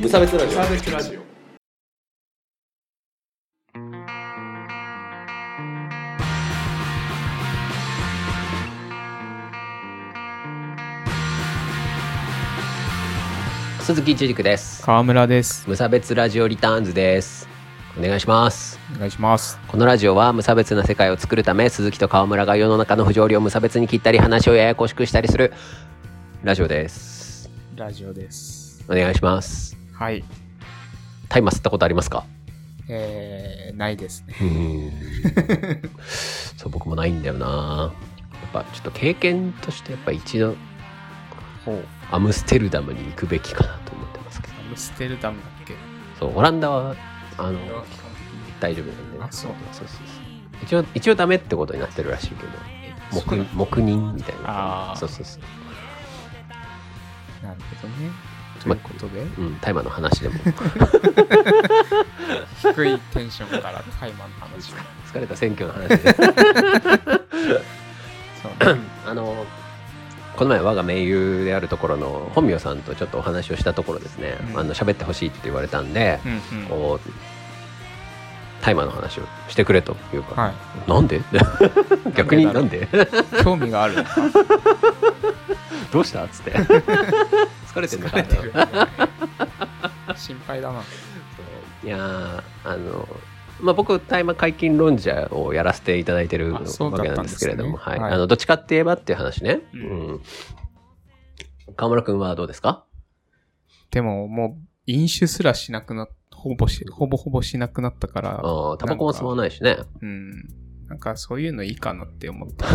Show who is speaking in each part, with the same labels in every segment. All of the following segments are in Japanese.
Speaker 1: 無差別ラジオ
Speaker 2: サーベスラジオ
Speaker 1: 鈴木一軸です
Speaker 3: 川村です。
Speaker 1: 無差別ラジオリターンズですお願いします
Speaker 3: お願いします。
Speaker 1: このラジオは無差別な世界を作るため鈴木と川村が世の中の不条理を無差別に切ったり話をややこしくしたりするラジオです
Speaker 3: ラジオです。
Speaker 1: お願いします
Speaker 3: はい。
Speaker 1: タイマー吸ったことありますか
Speaker 3: えー、ないですね。
Speaker 1: うーんそう僕もないんだよなやっぱちょっと経験としてやっぱ一度
Speaker 3: ほう。
Speaker 1: アムステルダムに行くべきかなと思ってますけど
Speaker 3: アムステルダムだっけ
Speaker 1: そうオランダはあの
Speaker 2: これは基本的に
Speaker 1: 大丈夫なんで
Speaker 3: あそう
Speaker 1: そうそうそう一応一応ダメってことになってるらしいけど
Speaker 3: そう
Speaker 1: 黙黙認みたいな
Speaker 3: あー
Speaker 1: そうそうそう、
Speaker 3: なるほどね。とい
Speaker 1: ま
Speaker 3: うことで、
Speaker 1: うん、大麻の話でも
Speaker 3: 低いテンションからタイマーの話を。
Speaker 1: 疲れた選挙の話で
Speaker 3: そうね。
Speaker 1: あのこの前我が盟友であるところの本名さんとちょっとお話をしたところですね、
Speaker 3: うん
Speaker 1: あの喋ってほしいって言われたんで、
Speaker 3: うんうん。
Speaker 1: こう大麻の話をしてくれというか、
Speaker 3: は
Speaker 1: なん で
Speaker 3: い。
Speaker 1: 逆になん
Speaker 3: で
Speaker 1: で
Speaker 3: だろう興味があるのか。
Speaker 1: どうしたっつって疲れてんの
Speaker 3: 疲
Speaker 1: かな
Speaker 3: れてる。心配だな。
Speaker 1: いやーあの、まあ、僕大麻解禁論者をやらせていただいてるわ
Speaker 3: あそうだっ
Speaker 1: け
Speaker 3: たん
Speaker 1: なん
Speaker 3: で
Speaker 1: です
Speaker 3: す
Speaker 1: けれ
Speaker 3: ね
Speaker 1: ども、はい
Speaker 3: はい
Speaker 1: あのどっちかって言えばっていう話ね、う
Speaker 3: うんん
Speaker 1: 河村君はどうですか
Speaker 3: でも、もう、飲酒すらしなくなっほぼし、ほぼほぼしなくなったから、
Speaker 1: あータバコも吸わ
Speaker 3: ない。
Speaker 1: ないしね
Speaker 3: うん。なんか、そういうのいいかなって思った。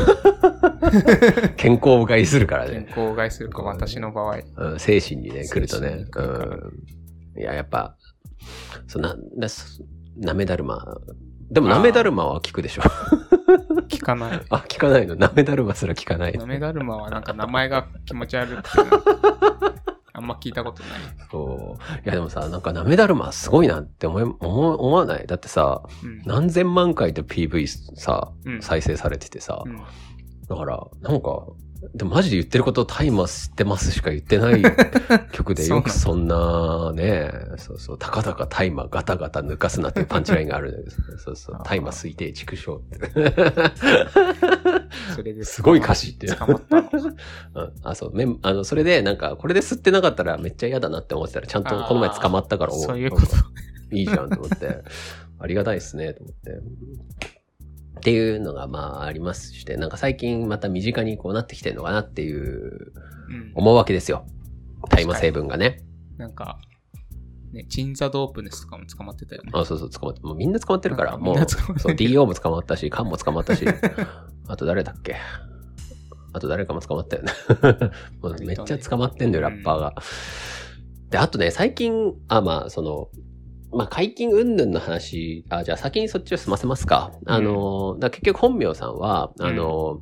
Speaker 1: 健康を害するから
Speaker 3: 健
Speaker 1: ね、
Speaker 3: 康を害するか、私の場合。
Speaker 1: うん、精神にね来るとね
Speaker 3: 精神に来るから
Speaker 1: うん、いややっぱそんななそなめだるまでもなめだるまは効くでしょ
Speaker 3: 聞かない。
Speaker 1: あ効かないのなめだるますら効かない
Speaker 3: なめだるまはなんか名前が気持ち悪くてなんか、あんま聞いたことない。
Speaker 1: そういやでもさなんかなめだるますごいなって思い思思わないだってさ
Speaker 3: うん。
Speaker 1: 何千万回と PV さ
Speaker 3: うん
Speaker 1: 再生されててさ、
Speaker 3: うん
Speaker 1: だからなんかでもマジで言ってることタイマー知ってますしか言ってない 曲で
Speaker 3: そう
Speaker 1: よ
Speaker 3: なんだ
Speaker 1: くそんなねそうそうたかだかタイマーガタガタ抜かすなっていうパンチラインがあるんだけ どそうそう
Speaker 3: あー
Speaker 1: タイマー推定畜生って
Speaker 3: それです
Speaker 1: ごい歌詞っていう
Speaker 3: 捕まった
Speaker 1: うん、
Speaker 3: の。
Speaker 1: あ、そう、メンあの、それで、なんか、これで吸ってなかったらめっちゃ嫌だなって思ってたら、ちゃんとこの前捕まったから、
Speaker 3: あー
Speaker 1: お
Speaker 3: そういうこと
Speaker 1: なんかいいじゃんと思って、ありがたいですね、と思って。っていうのが、まあ、ありますして、なんか最近また身近にこうなってきてるのかなっていう、
Speaker 3: うん。
Speaker 1: 思うわけですよ。大麻成分がね。
Speaker 3: なんか、ね、チンザドープネスとかも捕まってたよね。
Speaker 1: あ、そうそう、捕まって、もうみんな捕まってるから、
Speaker 3: なんか
Speaker 1: も
Speaker 3: みんな
Speaker 1: う、
Speaker 3: 捕まってる
Speaker 1: そう、DO も捕まったし、カンも捕まったし、 あと誰だっけあと誰かも捕まったよね。 もうめっちゃ捕まってんだよ、ラッパーが。で、あとね、最近、あ、まあ、その、まあ、解禁云々の話、あ、じゃあ先にそっちを済ませますか。あの、だから結局本名さんは、あの、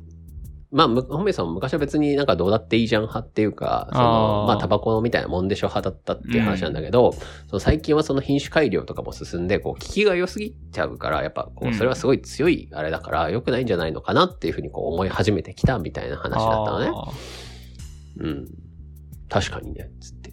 Speaker 1: まあ、む本名さんも昔は別になんかどうだっていいじゃん派っていうか、その
Speaker 3: あー
Speaker 1: まあ、タバコみたいなもんでしょ派だったっていう話なんだけど、その最近はその品種改良とかも進んで、こう、効きが良すぎちゃうから、やっぱ、こ
Speaker 3: う
Speaker 1: う、
Speaker 3: ん
Speaker 1: それはすごい強いあれだから、良くないんじゃないのかなっていうふうにこう思い始めてきたみたいな話だったのね。
Speaker 3: あー
Speaker 1: うん。確かにね、つって。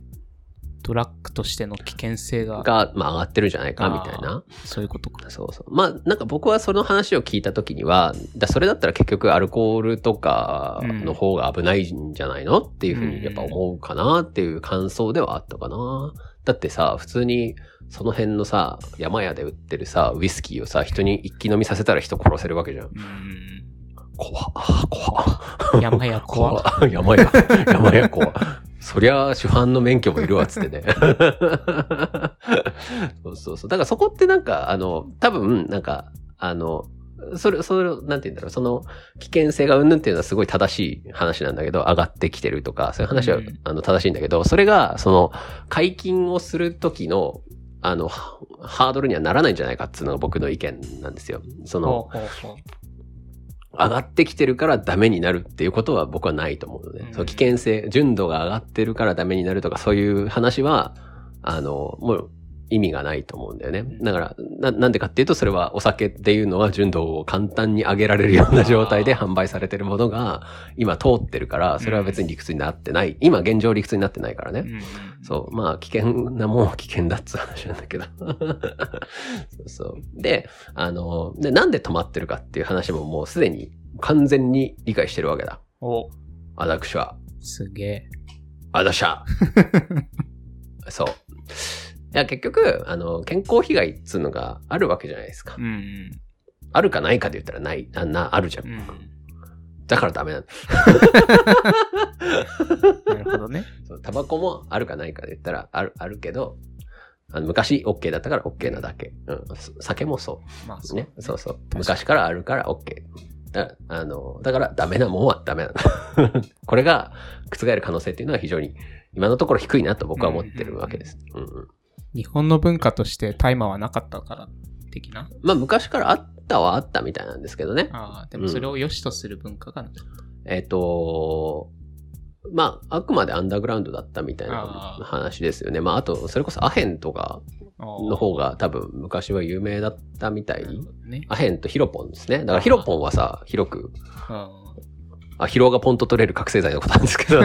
Speaker 3: ドラッグとしての危険性が、
Speaker 1: が、まあ上がってるんじゃないか、みたいな。
Speaker 3: そういうことか。
Speaker 1: そうそう。まあ、なんか僕はその話を聞いた時には、だそれだったら結局アルコールとかの方が危ないんじゃないのっていうふうにやっぱ思うかなっていう感想ではあったかな。だってさ、普通にその辺のさ、山屋で売ってるさ、ウイスキーをさ、人に一気飲みさせたら人殺せるわけじゃん。
Speaker 3: うん。
Speaker 1: 怖っ、あー怖っ。
Speaker 3: 山や
Speaker 1: 怖
Speaker 3: 怖
Speaker 1: っ 山や、山や怖っそりゃ、主犯の免許もいるわ、っつってね。 そうそうそう。だからそこってなんか、あの、多分、なんか、あの、それ、それ、なんて言うんだろう、その、危険性がうんぬんっていうのはすごい正しい話なんだけど、上がってきてるとか、そういう話は、
Speaker 3: うん
Speaker 1: あの、正しいんだけど、それが、その、解禁をする時の、あの、ハハードルにはならないんじゃないかっていうのが僕の意見なんですよ。その、
Speaker 3: ほうほうほう
Speaker 1: 上がってきてるからダメになるっていうことは僕はないと思うので、
Speaker 3: うん
Speaker 1: その危険性、純度が上がってるからダメになるとかそういう話は、あの、もう意味がないと思うんだよね。だからな、なんでかっていうと、それはお酒っていうのは純度を簡単に上げられるような状態で販売されてるものが、今通ってるから、それは別に理屈になってない。今現状理屈になってないからね。
Speaker 3: うん
Speaker 1: そう。まあ、危険なもんは危険だっつう話なんだけど。 そうそう。で、あの、で、なんで止まってるかっていう話ももうすでに完全に理解してるわけだ。
Speaker 3: お、
Speaker 1: 私は、
Speaker 3: すげえ。
Speaker 1: 私 は。そう。いや、結局、あの、健康被害っつうのがあるわけじゃないですか
Speaker 3: う。ん
Speaker 1: あるかないかで言ったらない、あんな、あるじゃ。
Speaker 3: うんん。
Speaker 1: だからダメなんだ。
Speaker 3: なるほどね。
Speaker 1: そうタバコもあるかないかで言ったら、ある、あるけど、あの昔 OK だったから OK なだけ。うん。酒もそう。
Speaker 3: まあ、そう
Speaker 1: ね、そうそう。
Speaker 3: かに
Speaker 1: 昔からあるから OK。だあのだからダメなもんはダメなの。 これが覆る可能性っていうのは非常に今のところ低いなと僕は思ってるわけです。うんうん
Speaker 3: 日本の文化として大麻はなかったから、的な。
Speaker 1: まあ昔からあったはあったみたいなんですけどね。
Speaker 3: ああ、でもそれを良しとする文化がなかった
Speaker 1: えっ、と、まああくまでアンダーグラウンドだったみたいな
Speaker 3: あー
Speaker 1: 話ですよね。まああとそれこそアヘンとか
Speaker 3: おー
Speaker 1: の方が多分昔は有名だったみたい
Speaker 3: な。るほどね。
Speaker 1: アヘンとヒロポンですね。だからヒロポンはさ、広く
Speaker 3: あ
Speaker 1: あ、疲労がポンと取れる覚醒剤のことなんですけど。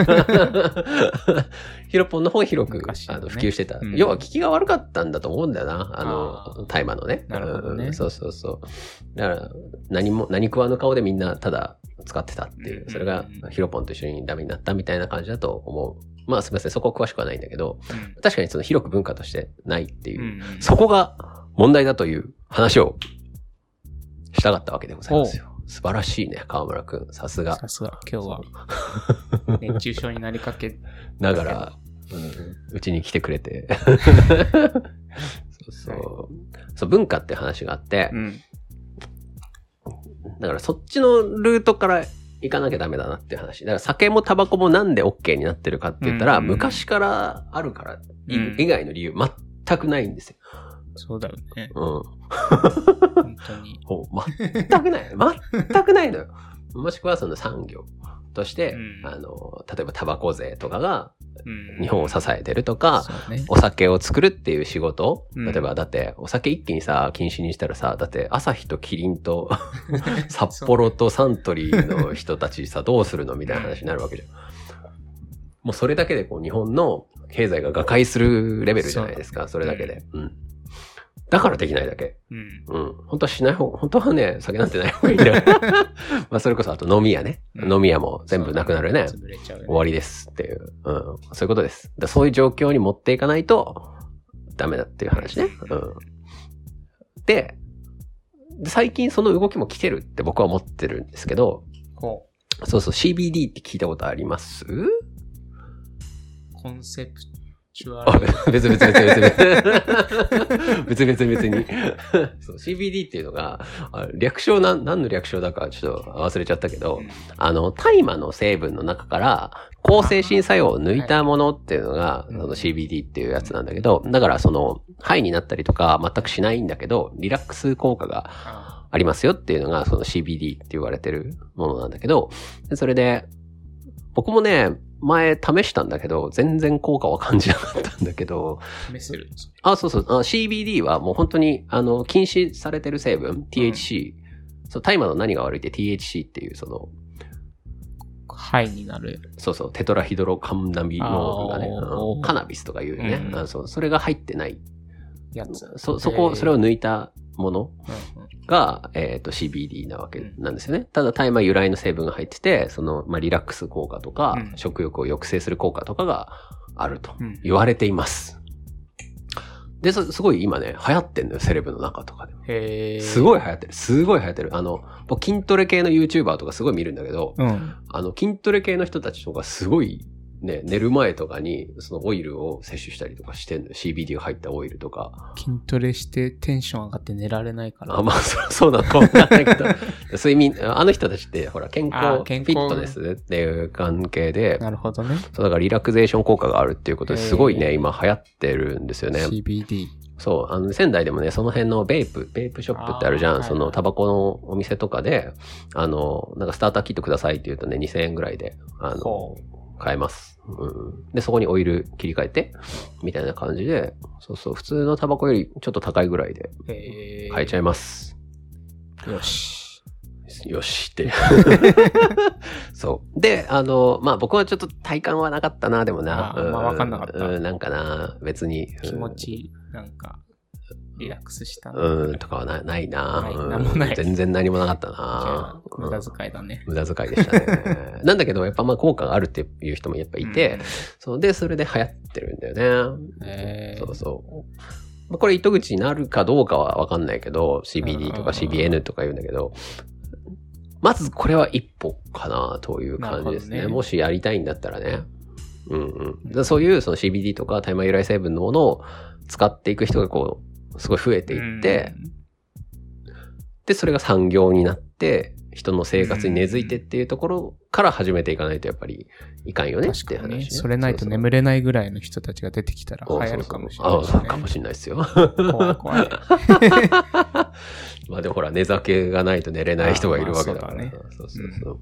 Speaker 1: ヒロポンの方が広く、
Speaker 3: 昔の
Speaker 1: あ
Speaker 3: ね
Speaker 1: の普及してた、
Speaker 3: うん
Speaker 1: 要は効きが悪かったんだと思うんだよな。あの
Speaker 3: あ、ー
Speaker 1: 大麻のね。
Speaker 3: なるほどね
Speaker 1: うんそうそうそう。だから、何も、何食わぬ顔でみんなただ使ってたっていうう。
Speaker 3: ん
Speaker 1: それがヒロポンと一緒にダメになったみたいな感じだと思う。まあすみません、そこは詳しくはないんだけど、
Speaker 3: ー
Speaker 1: 確かにその広く文化としてないっていうう。
Speaker 3: んうん
Speaker 1: そこが問題だという話をしたかったわけでございますよ。素晴らしいね、河村くん。さすが。
Speaker 3: さすが、今日は。熱中症になりかけ。
Speaker 1: だから、うんうちに来てくれて。そうそう。そう、文化って話があって、
Speaker 3: うん。
Speaker 1: だからそっちのルートから行かなきゃダメだなっていう話。だから酒もタバコもなんで OK になってるかって言ったら、
Speaker 3: うん
Speaker 1: 昔からあるから、い
Speaker 3: うん
Speaker 1: 以外の理由全くないんですよ。
Speaker 3: そうだよね。
Speaker 1: うん。
Speaker 3: 本当に。
Speaker 1: ほう全くない。 全くないのよ。もしくはその産業として、
Speaker 3: うん
Speaker 1: あの、例えばタバコ税とかが
Speaker 3: うん
Speaker 1: 日本を支えてるとか、
Speaker 3: そうね。
Speaker 1: お酒を作るっていう仕事
Speaker 3: うん
Speaker 1: 例えば、だって、お酒一気にさ、禁止にしたらさ、だって、朝日とキリン と、札幌とサントリーの人たちさ、どうするのみたいな話になるわけじゃん。もうそれだけで、こう、日本の経済が瓦解するレベルじゃないですか、そ
Speaker 3: だ
Speaker 1: れ
Speaker 3: ね
Speaker 1: だけで。うん。だからできないだけ。
Speaker 3: うん。
Speaker 1: うん。本当はしない方、本当はね、酒なんてない方がいいんだ よ。まあ、それこそ、あと飲み屋ね。
Speaker 3: うん
Speaker 1: 飲み屋も全部なくなるね。
Speaker 3: そうだ潰れちゃうよね
Speaker 1: 終わりですっていう、うん、そういうことです。だからそういう状況に持っていかないとダメだっていう話ね。うん、で、で最近その動きも来てるって僕は思ってるんですけど、
Speaker 3: こ
Speaker 1: そうそう、CBD って聞いたことあります
Speaker 3: う、コンセプチュア
Speaker 1: あ
Speaker 3: ル。
Speaker 1: 別々別々別々別々別にそう CBD っていうのが、あ略称なん、何の略称だかちょっと忘れちゃったけど、
Speaker 3: うん
Speaker 1: あの、大麻の成分の中から、抗精神作用を抜いたものっていうのが、
Speaker 3: う
Speaker 1: そ
Speaker 3: ん
Speaker 1: の CBD っていうやつなんだけど、だからその、ハイになったりとか全くしないんだけど、リラックス効果が
Speaker 3: あ
Speaker 1: ありますよっていうのが、その CBD って言われてるものなんだけど、でそれで、僕もね、前試したんだけど、全然効果は感じなかったんだけど、
Speaker 3: 試せる。
Speaker 1: あ、そうそう。あ CBD はもう本当に、あの、禁止されてる成分、THC。そう、大麻の何が悪いって THC っていう、その、
Speaker 3: ハイになる。
Speaker 1: そうそう、テトラヒドロカンナビノールがね、
Speaker 3: あー
Speaker 1: あのカナビスとかいうね、
Speaker 3: うん
Speaker 1: あのそう、それが入ってない。
Speaker 3: やつ。
Speaker 1: そ、そ
Speaker 3: へ
Speaker 1: こ、
Speaker 3: ー
Speaker 1: それを抜いたもの
Speaker 3: うんうん
Speaker 1: が、えっ、と、CBD なわけ
Speaker 3: うん
Speaker 1: なんですよね。ただ、大麻由来の成分が入ってて、その、まあ、リラックス効果とか、
Speaker 3: うん
Speaker 1: 食欲を抑制する効果とかがあると
Speaker 3: うん
Speaker 1: 言われています。で、そすごい今ね、流行ってんのよ、セレブの中とかでも。
Speaker 3: へえ。
Speaker 1: すごい流行ってる。すごい流行ってる。あの、僕筋トレ系の YouTuber とかすごい見るんだけど、
Speaker 3: うん。
Speaker 1: あの、筋トレ系の人たちとかすごい、ね、寝る前とかに、そのオイルを摂取したりとかしてんのよ CBD が入ったオイルとか。
Speaker 3: 筋トレしてテンション上がって寝られないから。
Speaker 1: あ、まあ、そうそうだと思うんだけ ど、睡眠、あの人たちって、ほら、健康
Speaker 3: あ、健
Speaker 1: フ
Speaker 3: 康
Speaker 1: ィットネスっていう関係で、
Speaker 3: なるほどね。
Speaker 1: そう、だからリラクゼーション効果があるっていうことで
Speaker 3: へー
Speaker 1: すごいね、今流行ってるんですよね。
Speaker 3: CBD。
Speaker 1: そう、あの、仙台でもね、その辺のベイプ、ベイプショップってあるじゃ
Speaker 3: あー
Speaker 1: ん。
Speaker 3: はい
Speaker 1: その、タバコのお店とかで、あの、なんかスターターキットくださいって言うとね、2000円ぐらいで、あの、
Speaker 3: こう。
Speaker 1: 変えます。うん、で、そこにオイル切り替えて、みたいな感じで、そうそう、普通のタバコよりちょっと高いぐらいで
Speaker 3: え
Speaker 1: 変えちゃいます。
Speaker 3: よし。
Speaker 1: よしっ て。そう。で、あの、まあ僕はちょっと体感はなかったな、でもな。
Speaker 3: あーまあ
Speaker 1: う
Speaker 3: わかんなかった
Speaker 1: うんなんかな、別に。うん
Speaker 3: 気持ち、なんか、リラックスした。
Speaker 1: うん、とかはなないな。
Speaker 3: ない
Speaker 1: うん
Speaker 3: なんもない
Speaker 1: 全然何もなかった
Speaker 3: じゃあ
Speaker 1: な。
Speaker 3: 無駄遣いだね。
Speaker 1: 無駄遣いでしたね。 なんだけど、やっぱまあ効果があるっていう人もやっぱいて、そうで、それで流行ってるんだよね。
Speaker 3: うん、え
Speaker 1: そうそう。まあこれ糸口になるかどうかはわかんないけど、CBD とか
Speaker 3: うんうんうん
Speaker 1: CBN とか言うんだけど、まずこれは一歩かなという感じですね。
Speaker 3: なるほどね
Speaker 1: もしやりたいんだったらね。うんうんで、そういうその CBD とか大麻由来成分のものを使っていく人がこう、すごい増えていって、で、それが産業になって、人の生活に根付いてっていうところから始めていかないとやっぱりいかんよねって
Speaker 3: 確
Speaker 1: いう
Speaker 3: か
Speaker 1: 話
Speaker 3: に
Speaker 1: ね、
Speaker 3: ね。それないと眠れないぐらいの人たちが出てきたら流
Speaker 1: そうそう
Speaker 3: 行るかもしれない
Speaker 1: あ
Speaker 3: し
Speaker 1: そ
Speaker 3: ね、
Speaker 1: うかもしれないですよ。
Speaker 3: 怖い 怖い。
Speaker 1: まあでもほら、寝酒がないと寝れない人がいるわけだから。
Speaker 3: あーまあ
Speaker 1: そうそうそう。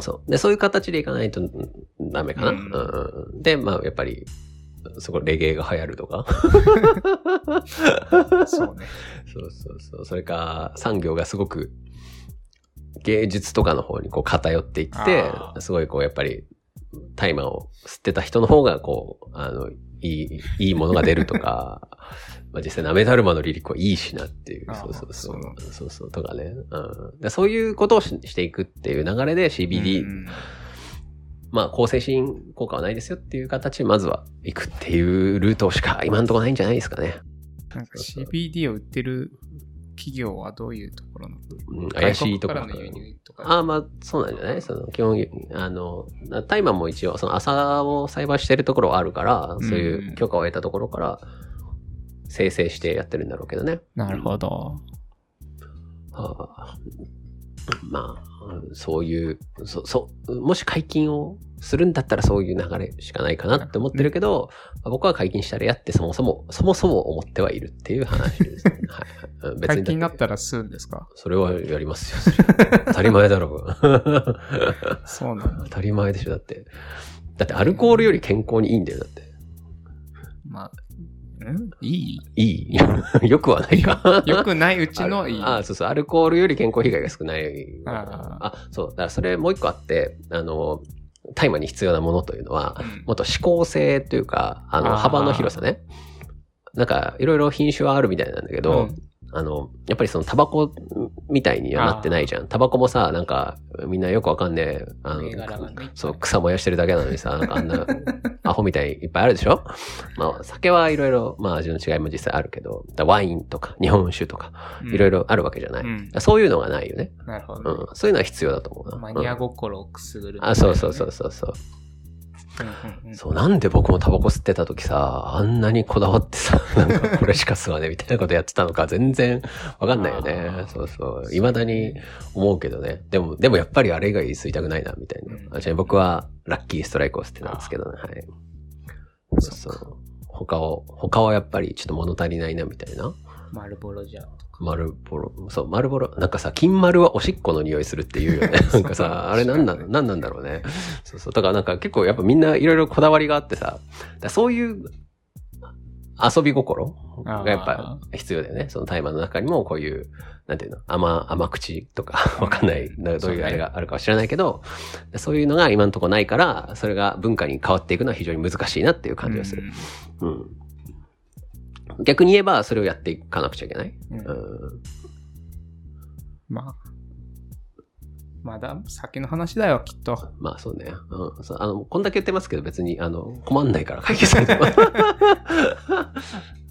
Speaker 1: そう。で、そういう形でいかないとうんダメかな。
Speaker 3: う
Speaker 1: うんんうんで、まあやっぱり、そこレゲエが流行るとか。
Speaker 3: そう
Speaker 1: そう
Speaker 3: ね。
Speaker 1: そうそう。それか、産業がすごく芸術とかの方にこう偏っていって
Speaker 3: あ、ー
Speaker 1: すごいこうやっぱり、大麻を吸ってた人の方が、こう、あの、いい、いいものが出るとか、 まあ実際、なめだるまのリリックはいいしなっていう、
Speaker 3: あー
Speaker 1: そうそうそ
Speaker 3: そうなん
Speaker 1: う
Speaker 3: だ。
Speaker 1: そうそう、とかね。うんで、そういうことをししていくっていう流れで CBD、
Speaker 3: うん
Speaker 1: まあ、抗精神効果はないですよっていう形で、まずは行くっていうルートしか今のところないんじゃないですかね。
Speaker 3: なんか CBD を売ってる企業はどういうところなの
Speaker 1: うん、怪しいところ
Speaker 3: 外国からの輸入とか。
Speaker 1: ああ、まあ、そうなんじゃないその、基本、あの、タイマーも一応、その朝を栽培してるところはあるから、そういうんう許可を得たところから、生成してやってるんだろうけどね。
Speaker 3: なるほど。
Speaker 1: はあ、まあ、うんそういう、そ、そう、もし解禁をするんだったらそういう流れしかないかなって思ってるけど、まあ僕は解禁したらやってそもそも、そもそも思ってはいるっていう話ですね。はいはいうん。別
Speaker 3: 解
Speaker 1: に
Speaker 3: 禁に
Speaker 1: だ
Speaker 3: な
Speaker 1: って
Speaker 3: ったら吸うんです か
Speaker 1: それはやりますよ。それは当たり前だろう。
Speaker 3: そうなの
Speaker 1: 当。たり前でしょ、だって。だってアルコールより健康にいいんだよ、だって。
Speaker 3: まあ、うんい
Speaker 1: いい よくはないか。
Speaker 3: いよくないうちのいい。
Speaker 1: ああ、そうそう、アルコールより健康被害が少ない。
Speaker 3: ああ
Speaker 1: あ、そう、だからそれもう一個あって、あの、大麻に必要なものというのは
Speaker 3: う、ん
Speaker 1: もっと指向性というか、あ
Speaker 3: あー
Speaker 1: の、幅の広さね。なんか、いろいろ品種はあるみたいなんだけど、
Speaker 3: うん
Speaker 1: あの、やっぱりそのタバコみたいにはなってないじゃん。タバコもさ、なんか、みんなよくわかんねえ、あの
Speaker 3: 銘、柄がね
Speaker 1: そう、草燃やしてるだけなのにさ、なんかあん な、アホみたいいっぱいあるでしょまあ、酒はいろいろ、まあ味の違いも実際あるけど、だワインとか日本酒とか、いろいろあるわけじゃない。
Speaker 3: うん
Speaker 1: そういうのがないよね、
Speaker 3: なるほ
Speaker 1: う
Speaker 3: どね。
Speaker 1: ん。そういうのは必要だと思うな。
Speaker 3: マニア
Speaker 1: うん
Speaker 3: 心をくすぐるみたいなね。
Speaker 1: あ、そうそうそうそうそう。
Speaker 3: うんうんうん。
Speaker 1: そう、なんで僕もタバコ吸ってた時さ、あんなにこだわって さ、なんかこれしか吸わねえみたいなことやってたのか全然わかんないよ
Speaker 3: あ
Speaker 1: ね
Speaker 3: ー。
Speaker 1: そうそう。未だに思うけどね。でも、でもやっぱりあれ以外吸いたくないな、みたいな
Speaker 3: うん。
Speaker 1: あちなみに僕はラッキーストライクを吸ってたんですけどね。はい。そうそう。他を、他はやっぱりちょっと物足りないな、みたいな。
Speaker 3: マルボロじゃん。
Speaker 1: 丸ボロ、そう、丸ボロ、なんかさ、金丸はおしっこの匂いするって言う よね。なんかさ、あれなんなのなんなんだろうね。そうそう。だからなんか結構やっぱみんないろいろこだわりがあってさ、だからそういう遊び心がやっぱ必要だよね。その大麻の中にもこういう、なんていうの、甘、甘口とか、わかんない、なんかどういうあれがあるかは知らないけど、そういうのが今のところないから、それが文化に変わっていくのは非常に難しいなっていう感じがする。うん。逆に言えば、それをやっていかなくちゃいけない。
Speaker 3: うん。
Speaker 1: う
Speaker 3: うん
Speaker 1: ん。
Speaker 3: まあ、まだ先の話だよ、きっと。
Speaker 1: まあそうね。うん。そうあの、こんだけ言ってますけど、別に、あの、困んないから解決されても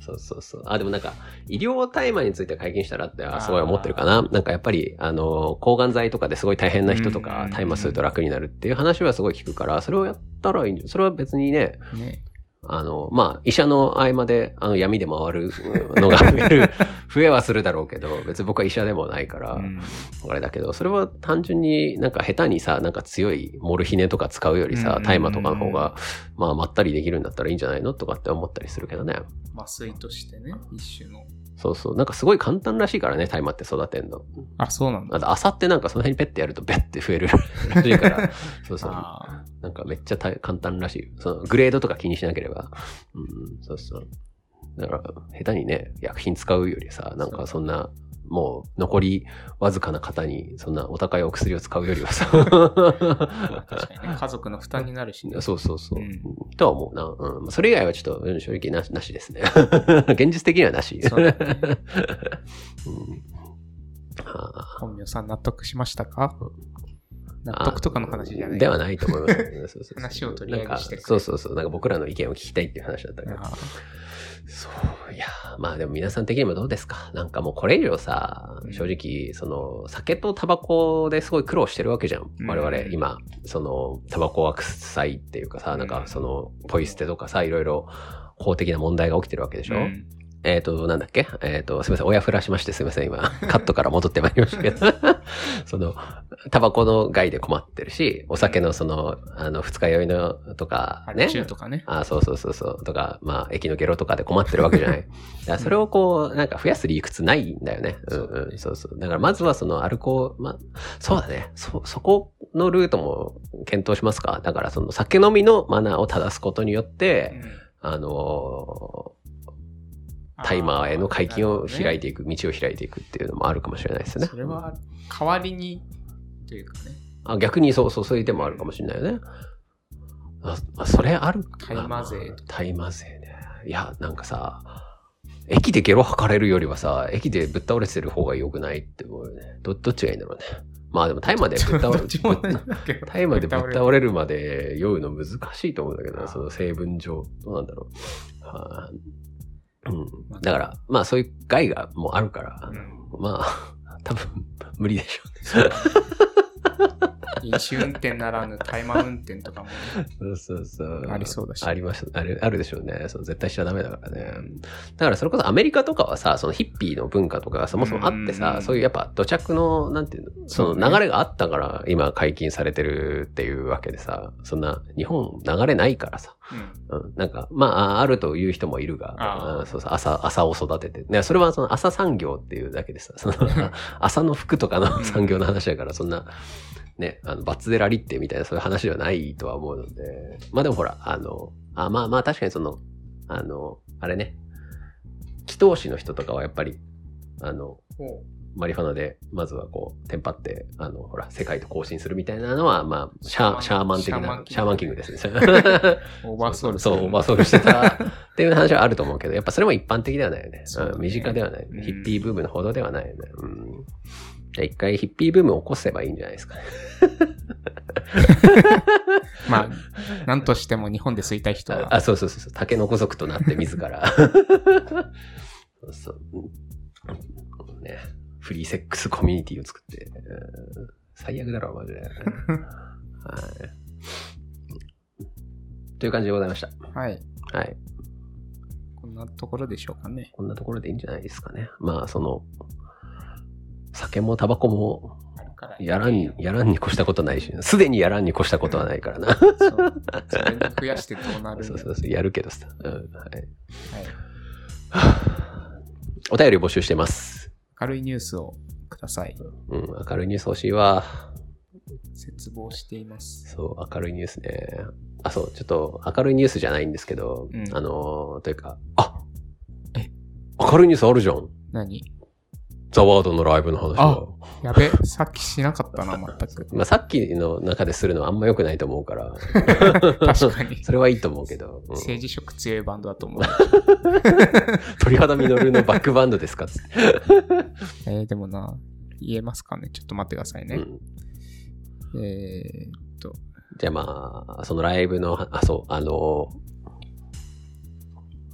Speaker 1: そうそうそう。あ、でもなんか、医療大麻については解禁したらって、
Speaker 3: あー
Speaker 1: あすごい思ってるかな。なんかやっぱり、あの、抗がん剤とかですごい大変な人と
Speaker 3: うんうん
Speaker 1: か
Speaker 3: う、ん
Speaker 1: 大麻すると楽になるっていう話はすごい聞くから、それをやったらいいんじゃそれは別にね、
Speaker 3: ね。
Speaker 1: あの、まあ、医者の合間で、あの、闇で回るのが増え る、増えはするだろうけど、別に僕は医者でもないから、
Speaker 3: うん
Speaker 1: あれだけど、それは単純になんか下手にさ、なんか強いモルヒネとか使うより
Speaker 3: うんうん
Speaker 1: さ
Speaker 3: う、ん
Speaker 1: 大麻とかの方が、まあまったりできるんだったらいいんじゃないのとかって思ったりするけどね。
Speaker 3: 麻酔としてね、一種の。
Speaker 1: そうそう。なんかすごい簡単らしいからね、大麻って育てんの。
Speaker 3: あ、そうなんだ。
Speaker 1: あと、朝ってなんかその辺にペッてやるとペッて増えるらしい から。そうそう。
Speaker 3: あー
Speaker 1: なんかめっちゃ大簡単らしい。そのグレードとか気にしなければ。うん、そうそう。だから、下手にね、薬品使うよりさ、なんかそんな、もう残りわずかな方に、そんなお高いお薬を使うよりはさ。
Speaker 3: 確かにね、家族の負担になるしね。
Speaker 1: そうそうそう。
Speaker 3: うん
Speaker 1: とは思うな。うん。それ以外はちょっと、うん正直なしなしですね。 現実的にはなし。
Speaker 3: そうだ ね
Speaker 1: うんは
Speaker 3: 本名さん納得しましたか納得とかの話じゃな
Speaker 1: あ
Speaker 3: い。
Speaker 1: ではないと思います、ね。そうそうそう
Speaker 3: 話を取り上げし
Speaker 1: な
Speaker 3: てくれ
Speaker 1: んかそうそうそう。なんか僕らの意見を聞きたいっていう話だったから。
Speaker 3: あ
Speaker 1: そう、いやー、まあでも皆さん的にもどうですかなんかもうこれ以上さ
Speaker 3: う、ん
Speaker 1: 正直、その、酒とタバコですごい苦労してるわけじゃん
Speaker 3: う。ん
Speaker 1: 我々、今、その、タバコは臭いっていうかさ、なん
Speaker 3: う
Speaker 1: か
Speaker 3: ん
Speaker 1: その、ポイ捨てとかさ、いろいろ公的な問題が起きてるわけでしょ、
Speaker 3: うん
Speaker 1: えっ、と、なんだっけえっ、と、すみません、親振らしまして、すみません、今、カットから戻ってまいりま したけど、その、タバコの害で困ってるし、お酒のその、あの、二日酔いのとか、ね、
Speaker 3: 発注とかね。
Speaker 1: あそうそうそうそう。とか、まあ、駅のゲロとかで困ってるわけじゃ ない。だからそれをこう、なんか増やす理屈ないんだよね。うん
Speaker 3: そうだ
Speaker 1: うん。そうそう。だからまずはそのアルコール、まあ、そうだね。そ、そこのルートも検討しますか。だからその酒飲みのマナーを正すことによって、あのータイマーへの解禁を開いて
Speaker 3: て
Speaker 1: いく、道を開いていくっていうのもあるかもしれないですね。
Speaker 3: それは代わりにというかね、
Speaker 1: あ逆にそうそう、そういう手もあるかもしれないよね。あ、あそれある
Speaker 3: タイマー税
Speaker 1: あタイマー税ね。いや、なんかさ、駅でゲロ吐かれるよりはさ、駅でぶっ倒れてる方が良くないって思うよね。ど、どっちがいいんだろうね。まあでもタイマーでぶっ倒
Speaker 3: ど
Speaker 1: れ
Speaker 3: っちも同じ
Speaker 1: ぶ
Speaker 3: だ
Speaker 1: っ
Speaker 3: けど
Speaker 1: タイマーでぶっ
Speaker 3: ぶっ
Speaker 1: 倒れるまで酔うの難しいと思うんだけど
Speaker 3: あー
Speaker 1: な、その成分上。どうなんだろう。はあうん、だから、まあそういう害がもうあるから、
Speaker 3: うん
Speaker 1: まあ、 多分無理でしょ
Speaker 3: 飲酒運転ならぬタイマー運転とかもね、
Speaker 1: そうそうそう。
Speaker 3: ありそうだし
Speaker 1: ありました。ある、あるでしょうね。そう、絶対しちゃダメだからね。だからそれこそアメリカとかはさ、そのヒッピーの文化とかがそもそもあって
Speaker 3: う
Speaker 1: さ、
Speaker 3: ん
Speaker 1: そういうやっぱ土着の、なんていうの、
Speaker 3: そ
Speaker 1: そう
Speaker 3: ね
Speaker 1: の流れがあったから今解禁されてるっていうわけでさ、そんな日本流れないからさ。
Speaker 3: うん
Speaker 1: うん、なんか、まあ、ああるという人もいるが
Speaker 3: あ、ー
Speaker 1: うんそうそう、朝、朝を育てて。ね、それはその朝産業っていうだけでさ、その 朝の服とか
Speaker 3: うん
Speaker 1: の産業の話だから、そんな、ね、あの、バツデラリってみたいなそういう話ではないとは思うので、まあでもほら、あの、あまあまあ確かにその、あの、あれね、祈祷師の人とかはやっぱり、あの、
Speaker 3: こ
Speaker 1: マリファナで、まずはこう、テンパって、あの、ほら、世界と交信するみたいなのは、まあ、シャー、シ
Speaker 3: シ
Speaker 1: ャ
Speaker 3: ャー
Speaker 1: ー
Speaker 3: マ
Speaker 1: マ
Speaker 3: ン
Speaker 1: ン的な、シャー
Speaker 3: シャーマ
Speaker 1: マ
Speaker 3: ン
Speaker 1: ン
Speaker 3: キ
Speaker 1: キ
Speaker 3: ン
Speaker 1: ン
Speaker 3: グ
Speaker 1: グ
Speaker 3: で
Speaker 1: ですす
Speaker 3: ね
Speaker 1: ね。
Speaker 3: うオーバーソウルす
Speaker 1: そ
Speaker 3: る
Speaker 1: う、オーバーソウルしてたっていう話はあると思うけど、やっぱそれも一般的ではないよね。
Speaker 3: そうだね
Speaker 1: うん身近ではない。
Speaker 3: うん
Speaker 1: ヒッピーブームのほどではないよね。うん。じゃあ一回ヒッピーブームを起こせばいいんじゃないですかね。
Speaker 3: まあ、なんとしても日本で吸いたい人
Speaker 1: あ
Speaker 3: は
Speaker 1: あ、そうそうそうそう。竹の子族となって自ら。 そうそう。うんね。フリーセックスコミュニティを作って。うん最悪だろ、 マジで。はい。という感じでございまし
Speaker 3: はい。
Speaker 1: た。はい。
Speaker 3: こんなところでしょうかね。
Speaker 1: こんなところでいいんじゃないですかね。まあ、その、酒もタバコも
Speaker 3: あるから
Speaker 1: やらん、やらんに越したことないし、すでにやらんに越したことはないからな。
Speaker 3: そうそれに増やしてどうなるんだ
Speaker 1: そうそうそう、やるけどさ。うん、はい。
Speaker 3: はい
Speaker 1: お便り募集してます。
Speaker 3: 明るいニュースをください。
Speaker 1: うん、明るいニュース欲しいわ。
Speaker 3: 絶望しています。
Speaker 1: そう、明るいニュースね。あ、そう、ちょっと明るいニュースじゃないんですけど、
Speaker 3: うん
Speaker 1: あのーというか、あ
Speaker 3: え
Speaker 1: 明るいニュースあるじゃん。
Speaker 3: 何
Speaker 1: ザワードのライブの話
Speaker 3: あ
Speaker 1: が。
Speaker 3: やべ、さっきしなかったな、全く。
Speaker 1: まあ、さっきの中でするのはあんま良くないと思うから。
Speaker 3: 確か に。
Speaker 1: それはいいと思うけど、うん
Speaker 3: 政治色強いバンドだと思う。
Speaker 1: 鳥肌みのるのバックバンドですかっつって、
Speaker 3: えー、でもな、言えますかねちょっと待ってくださいね。
Speaker 1: うん
Speaker 3: えーっと、
Speaker 1: じゃあまあ、そのライブの、あ、そう、あの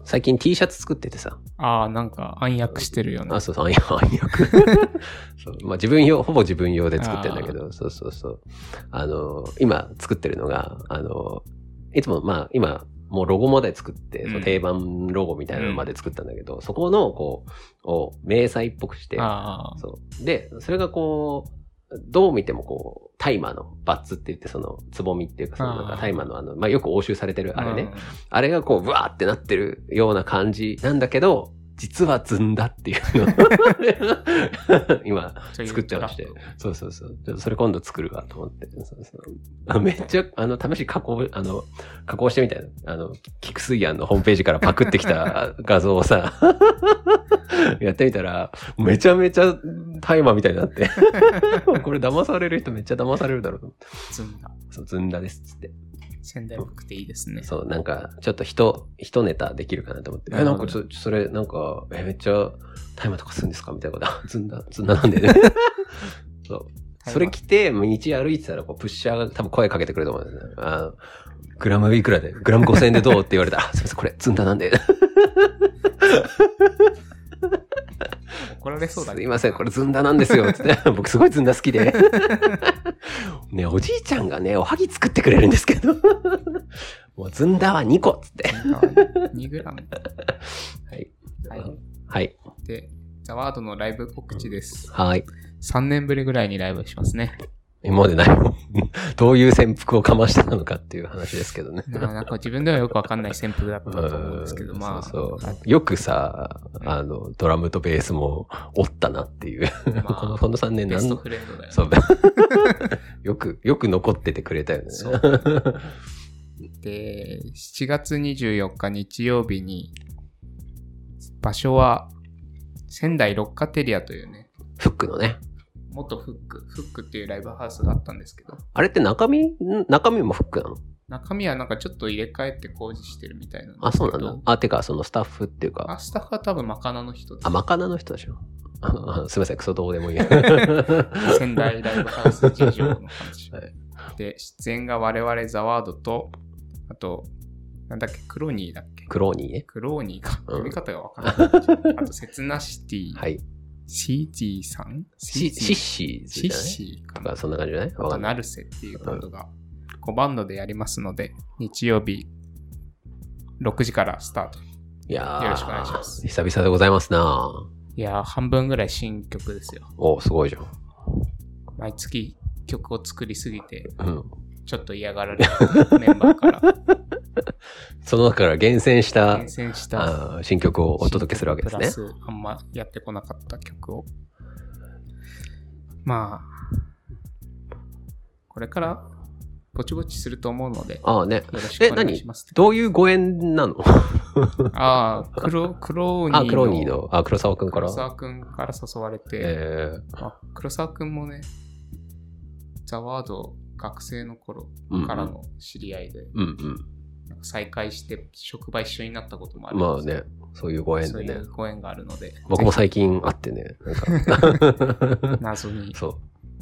Speaker 1: 最近 T シャツ作っててさ。
Speaker 3: ああ、なんか暗躍してるよね
Speaker 1: あ、。そうそう、暗躍。 暗躍そうまあ自分用、ほぼ自分用で作ってんだけど、そうそうそう。あの今作ってるのが、あのいつもまあ、今、もうロゴまで作って、
Speaker 3: うん
Speaker 1: その定番ロゴみたいなのまで作ったんだけど、そこの、こう、を迷彩っぽくして、
Speaker 3: ああ、
Speaker 1: そう。で、それがこう、どう見てもこう、タイマーのバッツって言って、その、つぼみっていうか、そのなん
Speaker 3: あ
Speaker 1: か
Speaker 3: ー
Speaker 1: タイマーのあの、まあ、よく押収されてるあれね。
Speaker 3: うん。
Speaker 1: あれがこう、ブワーってなってるような感じなんだけど、実は積んだっていうのを 今、作ってまして。そうそうそう。ちょっとそれ今度作るわと思って。そうそうあめっちゃ、あの、試し加工、あの、加工してみたいな。あの、キクスイアンのホームページからパクってきた画像をさ、 やってみたら、めちゃめちゃ大麻みたいになって。これ騙される人めっちゃ騙されるだろうと思って。
Speaker 3: 積んだ。
Speaker 1: そう、ずんだですっつって。
Speaker 3: 仙台っぽくていいですね。
Speaker 1: そう、なんか、ちょっと人、人ネタできるかなと思って。え、
Speaker 3: なる
Speaker 1: な
Speaker 3: ほ
Speaker 1: ん
Speaker 3: ど
Speaker 1: かちょ、ちょそれ、なんか、え、めっちゃ、大麻とかするんですかみたいなこと。 あずんだ、ずんだなんでね。そう。 それ着て、道歩いてたら、こう、プッシャーが多分声かけてくると思うんですね。あーグラムいくらで、グラム5000円でどうって言われたら、あすみません、これ、ずんだなんで。
Speaker 3: 怒られそうだ
Speaker 1: す
Speaker 3: け
Speaker 1: い
Speaker 3: ど。
Speaker 1: ません、これずんだなんですよ。つって、 僕すごいずんだ好きで。 ね、おじいちゃんがね、おはぎ作ってくれるんですけど。 もうずんだは2個、つって。
Speaker 3: 2グラム。
Speaker 1: はい。
Speaker 3: はい。
Speaker 1: はい。
Speaker 3: で、ザワードのライブ告知です。
Speaker 1: はい。
Speaker 3: 3年ぶりぐらいにライブしますね。
Speaker 1: 今までないもん。 どういう潜伏をかましたのかっていう話ですけどね。
Speaker 3: ななんか自分ではよくわかんない旋風だったと思うんですけど、
Speaker 1: うん
Speaker 3: まあ、
Speaker 1: そうそう。よくさ、あの、ドラムとベースもおったなっていう。
Speaker 3: まあ
Speaker 1: この、この3年
Speaker 3: ベス
Speaker 1: 何
Speaker 3: ト
Speaker 1: の、
Speaker 3: フレンドだよね。
Speaker 1: そう。 よく、よく残っててくれたよね。
Speaker 3: そうで、7月24日日曜日に、場所は仙台六花テリアというね、
Speaker 1: フックのね。
Speaker 3: 元フック、フックっていうライブハウスがあったんですけど、
Speaker 1: あれって中身、ん中身もフックなの
Speaker 3: 中身はなんかちょっと入れ替えて工事してるみたいなんですけど
Speaker 1: あ、そうなんだ。あ、てか、そのスタッフっていうか、
Speaker 3: あスタッフは多分マカナの人です
Speaker 1: あ、。マカナの人でしょ。ああすいません、クソどうで もいい。
Speaker 3: 仙台ライブハウス事情の話。
Speaker 1: はい
Speaker 3: で、出演が我々ザワードと、あと、なんだっけ、クロニーだっけ
Speaker 1: クローニーね。
Speaker 3: クローニーか。
Speaker 1: う
Speaker 3: 読
Speaker 1: ん
Speaker 3: み方がわか らない。あと、セツナシティ、
Speaker 1: はい。
Speaker 3: シーティさん
Speaker 1: シシッシーズじ
Speaker 3: シッ
Speaker 1: ゃない
Speaker 3: シーか
Speaker 1: と
Speaker 3: な
Speaker 1: か、。そんな感じじゃないわか
Speaker 3: あと、
Speaker 1: んない。
Speaker 3: ナルセっていうバンドが5バンドでやりますので、日曜日6時からスタート。
Speaker 1: いやー
Speaker 3: よろしくお願いします
Speaker 1: 久々でございますない
Speaker 3: やー、半分ぐらい新曲ですよ。
Speaker 1: おすごいじゃん。
Speaker 3: 毎月曲を作りすぎて、
Speaker 1: うん。
Speaker 3: ちょっと嫌がられるメンバーから
Speaker 1: その中から厳選した
Speaker 3: 厳選した
Speaker 1: あー新曲をお届けするわけですね。
Speaker 3: プラスあんまやってこなかった曲を。まあ、これからぼちぼちすると思うので、よ
Speaker 1: ああね。
Speaker 3: ろし
Speaker 1: え
Speaker 3: くお願いします。
Speaker 1: どういうご縁なの
Speaker 3: ああ、クロクローニーの
Speaker 1: あ、クローニーの、あ、黒沢くんか
Speaker 3: 黒
Speaker 1: ら。
Speaker 3: 沢くんから誘われて、
Speaker 1: えー
Speaker 3: あ黒沢くんもね、ザワード学生の頃
Speaker 1: うんうん
Speaker 3: からの知り合いで、
Speaker 1: うん
Speaker 3: なんか再会して職場一緒になったこともあ
Speaker 1: う
Speaker 3: る
Speaker 1: ん。まあね、そういうご縁
Speaker 3: そう
Speaker 1: で
Speaker 3: い
Speaker 1: ね
Speaker 3: う。ご縁があるので、
Speaker 1: 僕も
Speaker 3: ぜ
Speaker 1: 最近会って ね、なん
Speaker 3: ひ
Speaker 1: か。
Speaker 3: 謎に
Speaker 1: そ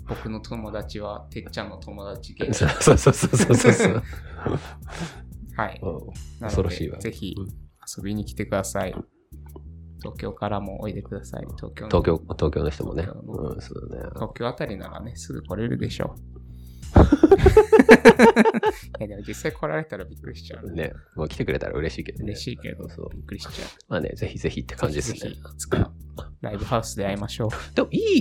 Speaker 3: 僕の友達はてっちゃんの友達ゲ
Speaker 1: う。
Speaker 3: ー
Speaker 1: そうそうそうそうそう そう。
Speaker 3: はい。
Speaker 1: うん
Speaker 3: なので
Speaker 1: 恐ろしいわ
Speaker 3: ぜひ
Speaker 1: うん
Speaker 3: 遊びに来てください。東京からもおいでください。東京の
Speaker 1: 東京、東京の人もね。
Speaker 3: 東京の
Speaker 1: うん、そうだね。
Speaker 3: 東京あたりならね、すぐ来れるで しょう。いやでも実際来られたらびっくりしちゃう。
Speaker 1: ね、まあ、来てくれたら嬉しいけどね。
Speaker 3: 嬉しいけど、
Speaker 1: そう
Speaker 3: びっくりしちゃう。
Speaker 1: まあね、ぜひぜひって感じです
Speaker 3: ぜ
Speaker 1: ね
Speaker 3: ひ。いつかライブハウスで会いましょう。
Speaker 1: でもいい、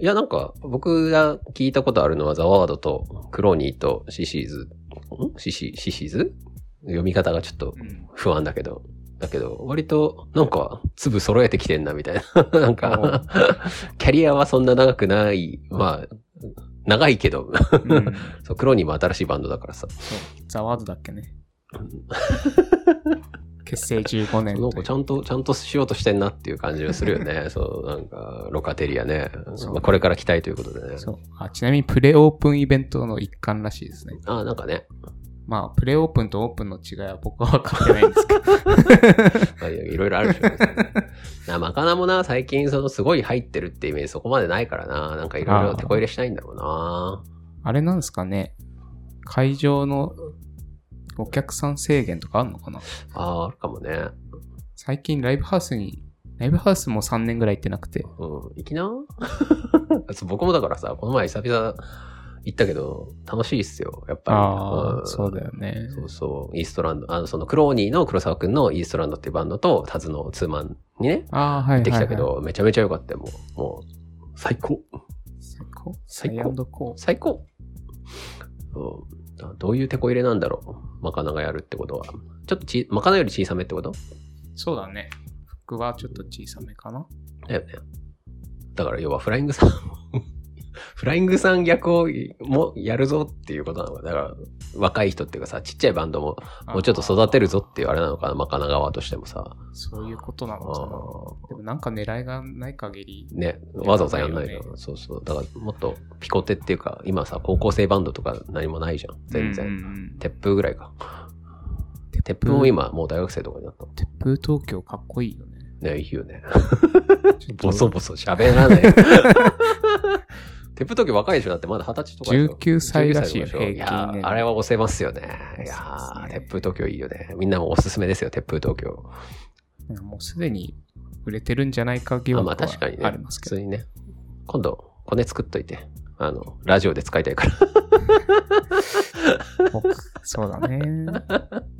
Speaker 1: いやなんか、僕が聞いたことあるのはザワードとクローニーとシシーズ、んシシ、シシーズ読み方がちょっと
Speaker 3: うん
Speaker 1: 不安だけど、だけど、割となんか粒揃えてきてんなみたいな。 なんか、キャリアはそんな長くない、まあ、長いけど、
Speaker 3: うん
Speaker 1: そうクローニーも新しいバンドだからさ。
Speaker 3: ザワードだっけね。結成15年
Speaker 1: なんかちゃんと、ちゃんとしようとしてんなっていう感じがするよね。そう、なんか、ロカテリアね。
Speaker 3: そう
Speaker 1: まあ、これから期待ということでね。
Speaker 3: そうあちなみにプレオープンイベントの一環らしいですね。
Speaker 1: ああ、なんかね。
Speaker 3: まあ、プレオープンとオープンの違いは僕は分かってないんですけど。
Speaker 1: まあ、いろいろあるでしょうね。 なまかなもな、最近、その、すごい入ってるってイメージそこまでないからな。なんかいろいろ手こ入れしたいんだろうな。
Speaker 3: あれなんですかね。会場のお客さん制限とかあるのかな
Speaker 1: ああ、あるかもね。
Speaker 3: 最近ライブハウスに、ライブハウスも3年ぐらい行ってなくて。
Speaker 1: うん、行きな。 そう僕もだからさ、この前久々行ったけど、楽しいっすよ、やっぱり。
Speaker 3: あ
Speaker 1: う
Speaker 3: あ、
Speaker 1: ん
Speaker 3: そうだよね。
Speaker 1: そうそう、イーストランド、あの、そのクローニーの黒沢くんのイーストランドっていうバンドと、タズのツーマンにね、
Speaker 3: ああ、はい、はい。
Speaker 1: できたけど、。めちゃめちゃ良かったよ、もう。もう、最高
Speaker 3: 最高。
Speaker 1: 最高
Speaker 3: サイアンドコ
Speaker 1: 最高、うん、どういう手こ入れなんだろうマカナがやるってことは。ちょっとち、マカナより小さめってこと
Speaker 3: ーそうだね。フックはちょっと小さめかな。
Speaker 1: だよね。だから要はフライングさん フライングさん役をもやるぞっていうことなのか。だから若い人っていうかさ、ちっちゃいバンドももうちょっと育てるぞっていうあれなのかな。まあ、神奈川としてもさ。
Speaker 3: あー。そういうことな
Speaker 1: あ
Speaker 3: のかな。でもなんか狙いがない限り、
Speaker 1: ーね、わざわざやんないじゃ
Speaker 3: やらないよ
Speaker 1: ん。そうそう。だからもっとピコテっていうか、今さ、高校生バンドとか何もないじゃん。全然。
Speaker 3: うんうんうん
Speaker 1: 鉄風ぐらいか。鉄風も今もう大学生とかになったの。
Speaker 3: 鉄風東京かっこいい よね。
Speaker 1: ね、いいよね。
Speaker 3: ちょっと
Speaker 1: ボソボソ喋らない。テップ時若いでしょだってまだ二十歳とかでしょ
Speaker 3: 19歳らしいよ
Speaker 1: 19歳とか
Speaker 3: 平
Speaker 1: でしょい
Speaker 3: 均年
Speaker 1: や
Speaker 3: 齢
Speaker 1: ーあれは押せますよね。いや
Speaker 3: 押せま
Speaker 1: ー、
Speaker 3: すね
Speaker 1: 鉄風東京いいよね。みんなもおすすめですよ、鉄風東京。
Speaker 3: なんかもうすでに売れてるんじゃないか疑
Speaker 1: あ
Speaker 3: 惑
Speaker 1: まあ
Speaker 3: は
Speaker 1: 確かにね、
Speaker 3: あります
Speaker 1: 普
Speaker 3: けど。
Speaker 1: 通にね。今度、コネ作っといて。あの、ラジオで使いたいから。
Speaker 3: 僕そうだね。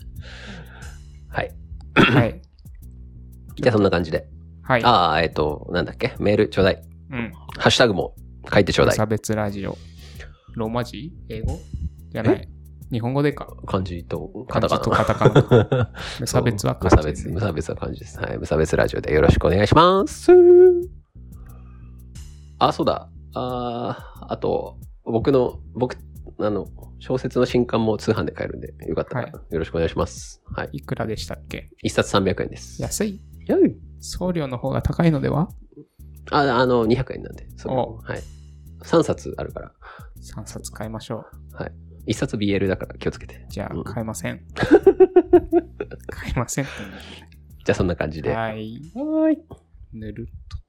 Speaker 1: はい。
Speaker 3: はい。
Speaker 1: じゃあそんな感じで。
Speaker 3: はい。
Speaker 1: ああ、えっ、と、なんだっけメールちょうだい。
Speaker 3: うん。
Speaker 1: ハッシュタグも書いてちょうだい
Speaker 3: 差。別ラジオ。ローマ字英語じゃない。日本語でか。
Speaker 1: 漢字とカ
Speaker 3: 漢
Speaker 1: タ
Speaker 3: 字
Speaker 1: カ
Speaker 3: と
Speaker 1: ナ。
Speaker 3: カタカナ。 無差別は
Speaker 1: 無差
Speaker 3: 漢字で
Speaker 1: 別、
Speaker 3: す
Speaker 1: 無
Speaker 3: ね
Speaker 1: 差別は感じです。はい、無差別ラジオでよろしくお願いします。あ、そうだ。あーあと、僕の、僕、あの、小説の新刊も通販で買えるんで、よかったら
Speaker 3: はい
Speaker 1: よろしくお願いします。はい。
Speaker 3: いくらでしたっけ
Speaker 1: 一冊300円です。
Speaker 3: 安い
Speaker 1: やい
Speaker 3: 送料の方が高いのでは
Speaker 1: あ、あの、200円なんで、それ
Speaker 3: お
Speaker 1: はい。3冊あるから、
Speaker 3: ?3 冊買いましょう。
Speaker 1: 1冊 BL だから気をつけて。
Speaker 3: じゃ
Speaker 1: う
Speaker 3: あ
Speaker 1: ん
Speaker 3: 買い ません。買いませんって
Speaker 1: じゃあそんな感じで。
Speaker 3: ね。はい。
Speaker 1: はーい。
Speaker 3: ぬるっと。